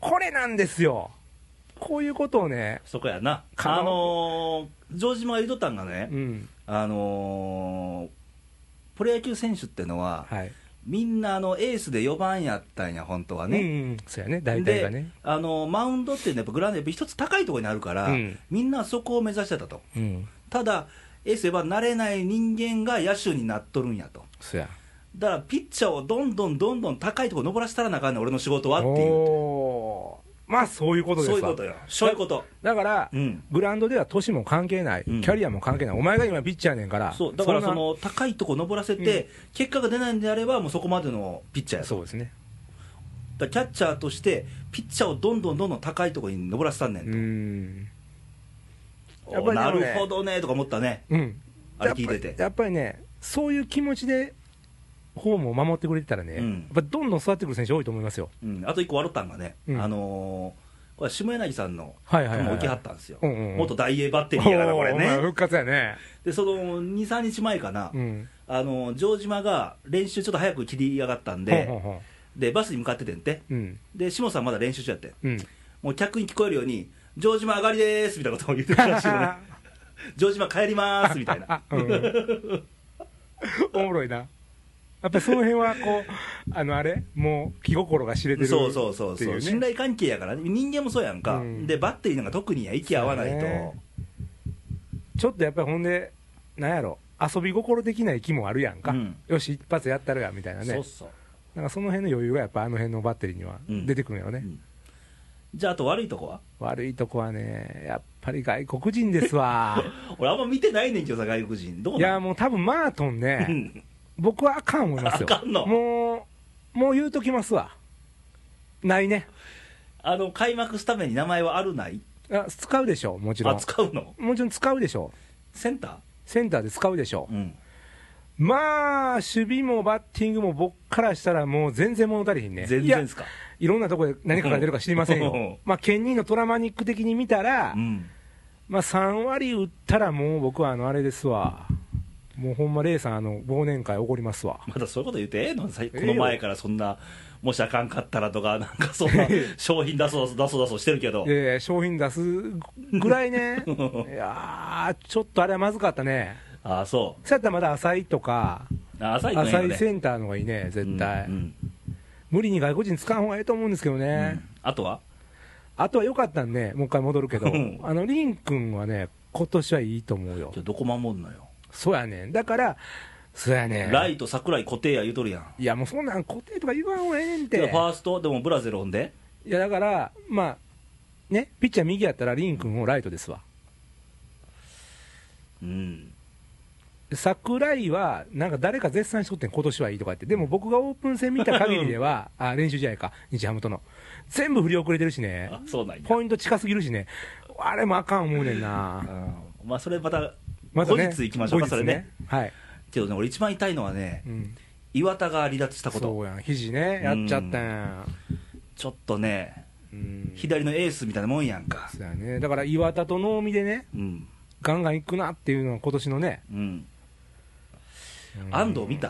Speaker 2: これなんですよ、こういうことをね、
Speaker 1: そこやな
Speaker 2: 可能
Speaker 1: あのー、城島が言うとったんがね、
Speaker 2: うん、
Speaker 1: あのー、プロ野球選手ってのは、
Speaker 2: はい、
Speaker 1: みんなあのエースで4番やったんや本当は
Speaker 2: うん
Speaker 1: ね、
Speaker 2: うん、そうやね、大体がね、
Speaker 1: あのーマウンドっていうのはやっぱグラウンドやっぱ一つ高いところにあるから、
Speaker 2: うん
Speaker 1: みんなそこを目指してたと
Speaker 2: うん、
Speaker 1: ただエースは慣れない人間が野手になっとるんやと
Speaker 2: そうや。
Speaker 1: だからピッチャーをどんどんどんどん高いところ登らせたらなあかんねん俺の仕事はっていう
Speaker 2: おーまあそういうことで
Speaker 1: そ
Speaker 2: す
Speaker 1: う
Speaker 2: わ
Speaker 1: いうことよそういうこと
Speaker 2: だから、
Speaker 1: うん
Speaker 2: グラウンドでは年も関係ない、
Speaker 1: うん
Speaker 2: キャリアも関係ない、お前が今ピッチャーやねんから、
Speaker 1: そうだから
Speaker 2: ん
Speaker 1: そ
Speaker 2: な
Speaker 1: の高いとこ登らせて、結果が出ないんであればもうそこまでのピッチャーやと
Speaker 2: そうですね、
Speaker 1: だからキャッチャーとしてピッチャーをどんどんどんどん高いところに登らせたんね
Speaker 2: うん
Speaker 1: と、
Speaker 2: ん、
Speaker 1: お
Speaker 2: やっぱりで
Speaker 1: な
Speaker 2: もね
Speaker 1: るほどねとか思ったね
Speaker 2: うん、
Speaker 1: あれ聞いてて
Speaker 2: やっぱりやっぱりね、そういう気持ちで、ホームを守ってくれてたらね、
Speaker 1: うん
Speaker 2: やっぱどんどん育ってくる選手、多いと思いますよ、
Speaker 1: うん、あと一個笑ったんがね、
Speaker 2: うん
Speaker 1: あのーこれ下柳さんの
Speaker 2: はいはいはいはい
Speaker 1: 置きはったんですよ、
Speaker 2: うんうんうん
Speaker 1: 元大英バッテリーやからこれ
Speaker 2: おーお前
Speaker 1: ね
Speaker 2: 復活やね、
Speaker 1: でその23日前かな、
Speaker 2: うん、
Speaker 1: あのー城島が練習ちょっと早く切り上がったんで、
Speaker 2: ほんほんほん
Speaker 1: でバスに向かっててんて
Speaker 2: うん、
Speaker 1: で下さんまだ練習中やってん
Speaker 2: うん、
Speaker 1: もう客に聞こえるように「城島上がりです」みたいなことを言ってたらしいのね城島帰りますみたいな
Speaker 2: [laughs] あ、うん、おもろいな。やっぱりその辺はこう、あのあれ、もう気心が知れてるってい、
Speaker 1: そうう
Speaker 2: ね、
Speaker 1: そうそうそう、信頼関係やからね人間もそうやんか、
Speaker 2: うん
Speaker 1: でバッテリーなんか特にや息合わないと、
Speaker 2: そうねちょっとやっぱりほんで、なんやろ、遊び心的な気もあるやんか、
Speaker 1: うん
Speaker 2: よし、一発やったるやみたいな
Speaker 1: そう
Speaker 2: ね、
Speaker 1: そう、
Speaker 2: なんかその辺の余裕がやっぱあの辺のバッテリーには
Speaker 1: うん
Speaker 2: 出てくるんやろね、
Speaker 1: うんじゃああと悪いとこは
Speaker 2: 悪いとこはね、やっぱり外国人で
Speaker 1: [laughs]
Speaker 2: すわ、
Speaker 1: 俺あんま見てないねんけどさ外国人どう
Speaker 2: い
Speaker 1: な
Speaker 2: や、
Speaker 1: ん
Speaker 2: もう多分マートン
Speaker 1: う
Speaker 2: ね、
Speaker 1: ん
Speaker 2: 僕はあかん思いますよ、
Speaker 1: あかんの
Speaker 2: もう、もう言うときますわ、ないね、
Speaker 1: あの開幕すために名前はあるない
Speaker 2: あ使うでしょ、もちろ
Speaker 1: あ
Speaker 2: ん。
Speaker 1: 使うの
Speaker 2: もちろん使うでしょ
Speaker 1: センタ
Speaker 2: センターで使うでしょ
Speaker 1: ー、うん、
Speaker 2: まあ、守備もバッティングも僕からしたら、もう全然物足りひんね、
Speaker 1: 全
Speaker 2: いや
Speaker 1: 然ですか
Speaker 2: いろんなとこで何書かれてるか知りません
Speaker 1: う
Speaker 2: よ
Speaker 1: ん、
Speaker 2: まあ、ケニーのトラマニック的に見たら
Speaker 1: う、ん
Speaker 2: まあ、3割打ったら、もう僕はあのあれですわ、もうほんま、レイさん、あの忘年会怒りますわ、
Speaker 1: まだそういうこと言ってええのさこ
Speaker 2: よ
Speaker 1: の前からそんなもしあかんかったらとかなんかそんな商品出そう出そう出そうしてるけど
Speaker 2: いやいや商品出すぐら
Speaker 1: [laughs]
Speaker 2: いね、いやー、ちょっとあれはまずかったね、
Speaker 1: ああそ
Speaker 2: そうやったらまだ浅いとか、
Speaker 1: うあ浅いの
Speaker 2: 浅
Speaker 1: よ
Speaker 2: い
Speaker 1: ね
Speaker 2: センターの方がいいね、絶対。
Speaker 1: うんうん
Speaker 2: 無理に外国人使う方がいいと思うんですけど
Speaker 1: う
Speaker 2: ね。
Speaker 1: んあとは
Speaker 2: あとは良かったんで、もう一回戻るけど
Speaker 1: うん、
Speaker 2: あのリン君はね、今年はいいと思うよ
Speaker 1: じゃ、あどこ守んのよ、
Speaker 2: そうやねん、だから、そうやね
Speaker 1: ラ
Speaker 2: ん、
Speaker 1: イト、桜井固定や言うとるやん、
Speaker 2: いや、もうそんなん固定とか言わんほうがええねん
Speaker 1: で
Speaker 2: て
Speaker 1: フ、ァースト、でもブラゼルほんで、
Speaker 2: いやだから、まあ、ね、ピッチャー右やったら、リン君をライトですわ、
Speaker 1: うん、
Speaker 2: 桜井は、なんか誰か絶賛しとってん、今年はいいとかって、でも僕がオープン戦見た限りでは、あ練習試合か、日ハムとの、全部振り遅れてるしね、
Speaker 1: あそうなんや、
Speaker 2: ポイント近すぎるしね、あれもあかん思うねんな。
Speaker 1: うんまあ、それまた、
Speaker 2: またね
Speaker 1: 後日行きましょうか
Speaker 2: 後日はい、
Speaker 1: けどね、俺、一番痛いのはね
Speaker 2: う、ん、
Speaker 1: 岩田が離脱したこ
Speaker 2: そ
Speaker 1: と、
Speaker 2: うやん肘ねやっちゃったや
Speaker 1: ちょっとね、
Speaker 2: んうん
Speaker 1: 左のエースみたいなもんやんか、
Speaker 2: そうやねだから岩田と能見でね
Speaker 1: うん、
Speaker 2: ガンガンいくなっていうのは今年のね、
Speaker 1: うん、
Speaker 2: うん
Speaker 1: 安藤見た、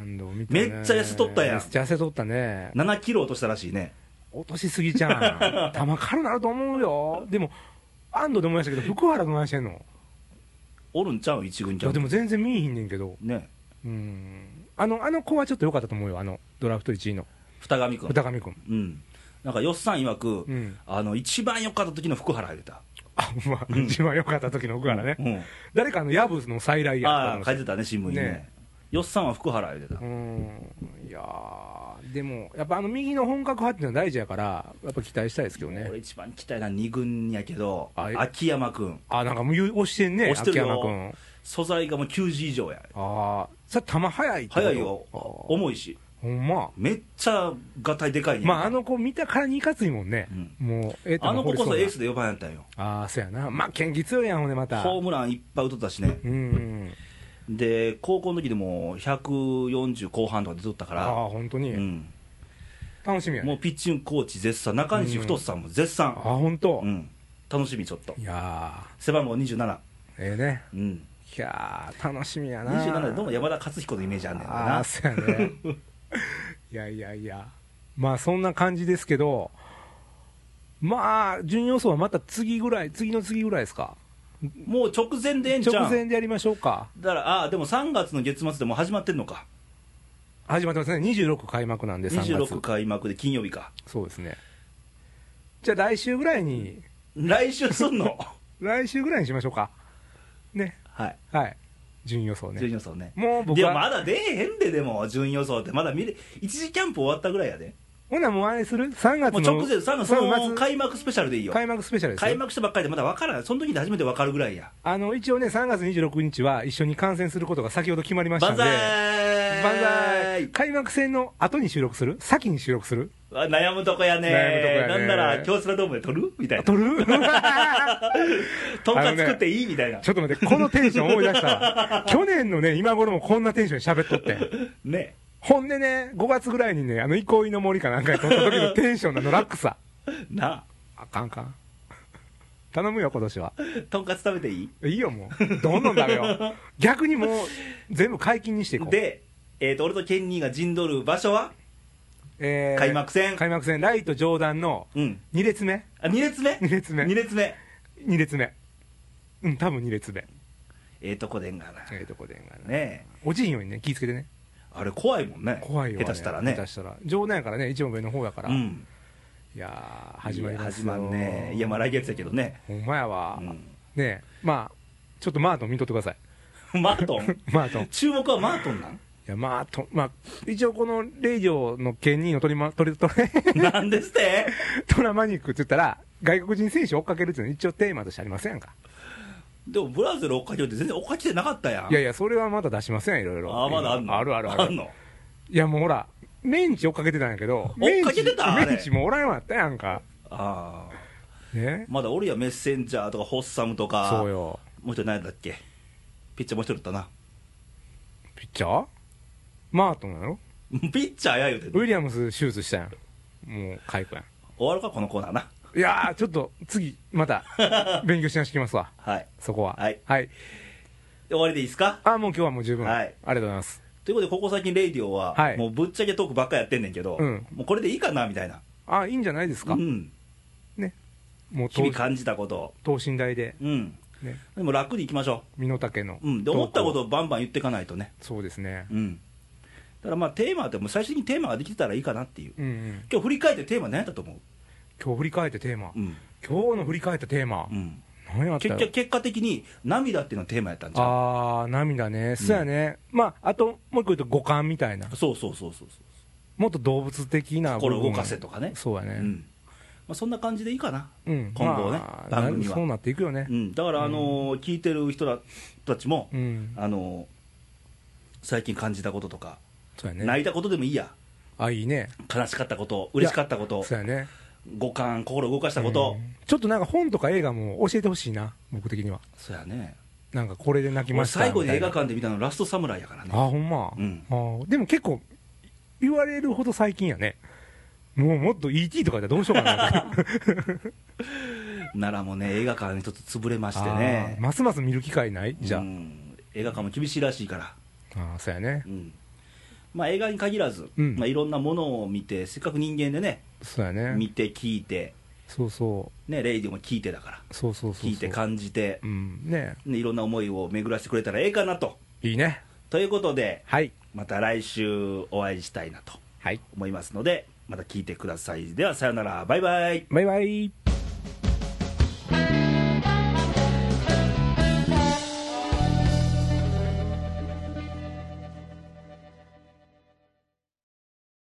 Speaker 2: 安藤見た
Speaker 1: め
Speaker 2: ね
Speaker 1: っちゃ痩せとったやん
Speaker 2: めっちゃ痩せとったね
Speaker 1: 7キロ落としたらしいね、
Speaker 2: 落としすぎ
Speaker 1: [laughs]
Speaker 2: ちゃん球軽なると思うよでも安藤で思いましたけど福原どないしてんの
Speaker 1: おるんちゃうん、一軍
Speaker 2: い
Speaker 1: ちゃ
Speaker 2: や
Speaker 1: う
Speaker 2: でも全然見えひんねんけど
Speaker 1: ね、
Speaker 2: うんあのあの子はちょっと良かったと思うよあのドラフト1位の
Speaker 1: 二神君、
Speaker 2: 二上君
Speaker 1: うん、なんか、よっさん曰く、
Speaker 2: うん
Speaker 1: あの一番良かった時の福原あげた。
Speaker 2: あほんまあ一番良かった時の福原ね、
Speaker 1: うん
Speaker 2: 誰かあのヤブの再来やった
Speaker 1: ああ書いてたね新聞にね
Speaker 2: ね
Speaker 1: よっさんは福原言うてた、
Speaker 2: うんいやーでも、やっぱあの右の本格派っていうのは大事やから、やっぱ期待したいですけど
Speaker 1: 俺
Speaker 2: ね。
Speaker 1: 一番期待な2軍やけど
Speaker 2: あえ
Speaker 1: 秋山君
Speaker 2: あ、なんかもう言う押してんね、
Speaker 1: 押してるよ
Speaker 2: 秋山君。
Speaker 1: 素材がもう9時以上や
Speaker 2: ああ、さ、球速いってこと
Speaker 1: 速いよ
Speaker 2: あー
Speaker 1: 重いし
Speaker 2: うほんま。
Speaker 1: めっちゃがたいでかいね
Speaker 2: まあ、あの子見たからにいかついもんね。
Speaker 1: うん
Speaker 2: もう、え
Speaker 1: あの子こそエー
Speaker 2: ス。
Speaker 1: スで4番やったんよ
Speaker 2: ああ、そうやな。まあ、元気強いやん、ほんで、また。
Speaker 1: ホームランいっぱい打っとったしね
Speaker 2: うん。
Speaker 1: で高校の時でも140後半とか出とったか
Speaker 2: あ
Speaker 1: ら、
Speaker 2: あ、本当
Speaker 1: う
Speaker 2: に。
Speaker 1: ん、
Speaker 2: 楽しみやね。
Speaker 1: もうピッチングコーチ絶賛中西太さんも絶
Speaker 2: ああ、
Speaker 1: 賛、
Speaker 2: 本当。
Speaker 1: うん、楽しみちょっと
Speaker 2: いや
Speaker 1: 背番号27、
Speaker 2: ー、ええね。
Speaker 1: うん、
Speaker 2: いやー、楽しみやな。
Speaker 1: 27でどうも山田勝彦のイメージあんねん
Speaker 2: あ
Speaker 1: な
Speaker 2: あ、そうや
Speaker 1: [laughs]
Speaker 2: ね。いやいやいや。まあ、そんな感じですけど、まあ、順位予想はまた次ぐらい、次の次ぐらいですか。
Speaker 1: もう直前でええんちゃ
Speaker 2: 直
Speaker 1: うん
Speaker 2: 前でやりましょうか。
Speaker 1: だからああでも3月の月末でもう始まってんのか
Speaker 2: 始まってますね。26開幕なんで、3月。
Speaker 1: 26開幕で金曜日か
Speaker 2: そうですね。じゃあ来週ぐらいに、
Speaker 1: 来週すんの
Speaker 2: 来週ぐらいにしましょうか。ね。
Speaker 1: [laughs] はい
Speaker 2: はい。順位予想
Speaker 1: 順
Speaker 2: ね。
Speaker 1: 位予想ね
Speaker 2: もう僕
Speaker 1: でも
Speaker 2: は、
Speaker 1: まだ出えへんででも順位予想ってまだ見れ一次キャンプ終わったぐらいやで
Speaker 2: ほなもうあれする ?3 月
Speaker 1: も
Speaker 2: の
Speaker 1: う直前3月その
Speaker 2: 開
Speaker 1: 開幕スペシャルでいいよ
Speaker 2: 幕スペシャルですよ
Speaker 1: 開幕したばっかりでまだ分からんその時で初めて分かるぐらいや
Speaker 2: あの、一応ね、3月26日は一緒に観戦することが先ほど決まりまし
Speaker 1: 万
Speaker 2: たんで。
Speaker 1: 歳
Speaker 2: 万歳開幕戦の後に収録する先に収録する
Speaker 1: あ悩むとこやね
Speaker 2: 悩むとこやね
Speaker 1: なんなら京セラドームで撮るみたいな
Speaker 2: 撮る [laughs]
Speaker 1: とんかつ作っていいみたいな
Speaker 2: ちょっと待って、このテンション思い出したわ。去年のね、今頃もこんなテンションで喋っとって。
Speaker 1: ね
Speaker 2: ほんでね、5月ぐらいにね、あの、憩いの森かなんかで撮った
Speaker 1: [laughs]
Speaker 2: 時のテンションなのラックさ。
Speaker 1: な
Speaker 2: あかんあかん。頼むよ、今年は。
Speaker 1: あとんかつ食べていい
Speaker 2: いいよ、もう。どんどん食べよう。逆にもう、全部解禁にしていこう。
Speaker 1: で、えー、と俺とケンニーが陣取る場所は
Speaker 2: えー
Speaker 1: 開幕戦
Speaker 2: 開幕戦、ライト上段の
Speaker 1: うん
Speaker 2: 2列目
Speaker 1: あ2列目
Speaker 2: 二列目
Speaker 1: 2列目
Speaker 2: ?2 列目。うん、多分2列目。
Speaker 1: ええとこでんがな
Speaker 2: ええとこでんがね。
Speaker 1: ねえ
Speaker 2: おじいようにね、気ぃつけてね。
Speaker 1: あれ怖いもんね
Speaker 2: 怖いよ、あれ
Speaker 1: 下手したらね
Speaker 2: 下手したら。上段やからね、一番上の方やから。
Speaker 1: うん
Speaker 2: いやー、始まります
Speaker 1: い
Speaker 2: よ
Speaker 1: や始まんねいやまあ来月やけどね
Speaker 2: ほんまやわ。
Speaker 1: う
Speaker 2: ねえ、まあ、ちょっとマートン見とってください。
Speaker 1: んマートン
Speaker 2: マートン。
Speaker 1: [laughs]
Speaker 2: い
Speaker 1: 注目はマートンなん
Speaker 2: や、マートン、まあ、一応この、レイディオの権利の取りま、取り、取 [laughs] り、
Speaker 1: [laughs] なんですって
Speaker 2: トラマニックって言ったら、外国人選手追っかけるっていうのは一応テーマとしてありませんか。
Speaker 1: でもブラゼル追っかけるって全然追っかけてなかったやん
Speaker 2: いやいや、それはまだ出しません、いろいろ。
Speaker 1: あーまだあんの
Speaker 2: あるあるある。
Speaker 1: んの
Speaker 2: いや、もうほら、メンチ追っかけてたんやけど、
Speaker 1: 追っかけてた
Speaker 2: メ
Speaker 1: あ
Speaker 2: ンチ
Speaker 1: れ
Speaker 2: メンチもおらんようになったやんか。
Speaker 1: ああ
Speaker 2: ね。
Speaker 1: まだおるやんメッセンジャーとかホッサムとか
Speaker 2: そうよ。
Speaker 1: もう一人何だっけピッチャーもう一人だったな
Speaker 2: ピッチャーマートンなの
Speaker 1: ピッチャーや言うてん
Speaker 2: ウ
Speaker 1: の
Speaker 2: ィリアムス手術したやん。もう、解雇やん。
Speaker 1: 終わるかこのコーナーない
Speaker 2: やー、ちょっと、次、
Speaker 1: [laughs]
Speaker 2: また、勉強しなしてきますわ。
Speaker 1: はい
Speaker 2: そこは。
Speaker 1: はい終わりでいいですか
Speaker 2: あー、もう今日はもう十分。
Speaker 1: はい
Speaker 2: ありがとうございます。
Speaker 1: ということでここ最近レイディオは、
Speaker 2: はい
Speaker 1: もうぶっちゃけトークばっかやってんねんけど、
Speaker 2: うん
Speaker 1: もうこれでいいかなみたいな
Speaker 2: あー、いいんじゃないですか。
Speaker 1: うん
Speaker 2: ね。もう、
Speaker 1: 日
Speaker 2: 等
Speaker 1: 々感じたこと
Speaker 2: 等身大で、
Speaker 1: うん
Speaker 2: ね、
Speaker 1: でも楽にいきましょ
Speaker 2: 身の丈の。
Speaker 1: う、うん、で思ったことをバンバン言っていかないとね
Speaker 2: そうですね。
Speaker 1: うんだからまあテーマってもう最終的にテーマができてたらいいかなっていう
Speaker 2: うんうん。
Speaker 1: 今日振り返ってテーマ何やったと思う
Speaker 2: 今日振り返ってテーマ。
Speaker 1: うん、
Speaker 2: 今日の振り返ったテーマ
Speaker 1: う。ん、
Speaker 2: 何やった
Speaker 1: 結
Speaker 2: よ
Speaker 1: 局結果的に涙っていうのがテーマやったんじゃ
Speaker 2: あー、涙ね。そうやね。まあ、あと、もう一個言うと、五感みたいな。
Speaker 1: んそうそうそうそうそう
Speaker 2: もっと動物的な部分。
Speaker 1: 心動かせとかね
Speaker 2: そうや
Speaker 1: う
Speaker 2: ね。
Speaker 1: んまあ、そんな感じでいいかな、
Speaker 2: うん。
Speaker 1: 今後ね
Speaker 2: まあ
Speaker 1: 番組は
Speaker 2: そうなっていくよね
Speaker 1: う。ん、だから、あのー聞いてる人らたちも、
Speaker 2: うん。
Speaker 1: あのー最近感じたこととか、
Speaker 2: そうやね。
Speaker 1: 泣いたことでもいいや
Speaker 2: あ、いいね。
Speaker 1: 悲しかったこと嬉しかったこと
Speaker 2: そうやね。
Speaker 1: 五感心動かしたこと、
Speaker 2: うんちょっとなんか本とか映画も教えてほしいな、僕的には。
Speaker 1: そうやね
Speaker 2: なんかこれで泣きま
Speaker 1: 俺
Speaker 2: したみ
Speaker 1: 最
Speaker 2: た
Speaker 1: 後
Speaker 2: い
Speaker 1: に
Speaker 2: な。
Speaker 1: 映画館で見たのラストサムライやからね
Speaker 2: あ、ほんま。
Speaker 1: うん
Speaker 2: あーでも結構、言われるほど最近やね。もうもっと ET とかじゃどうしようかな。
Speaker 1: 奈良もね映画館に一つ潰れま [laughs] して
Speaker 2: あー
Speaker 1: ね
Speaker 2: ますます見る機会ないじゃあ。
Speaker 1: うん映画館も厳しいらしいから
Speaker 2: あーそうやね
Speaker 1: う。んまあ、映画に限らず、
Speaker 2: うん
Speaker 1: まあ、いろんなものを見て、せっかく人間でね、
Speaker 2: そうやね。
Speaker 1: 見て、聞いて、
Speaker 2: そうそ
Speaker 1: ね、レイディも聞いてだから、
Speaker 2: う。そうそうそうそう。
Speaker 1: 聞いて、感じて、
Speaker 2: うん。ね
Speaker 1: ね、いろんな思いを巡らせてくれたらええかなと。
Speaker 2: いいね。
Speaker 1: ということで、
Speaker 2: はい。
Speaker 1: また来週お会いしたいなと
Speaker 2: はい。
Speaker 1: 思いますので、また聞いてください。では、さよなら、バイバイ。
Speaker 2: バイバイ。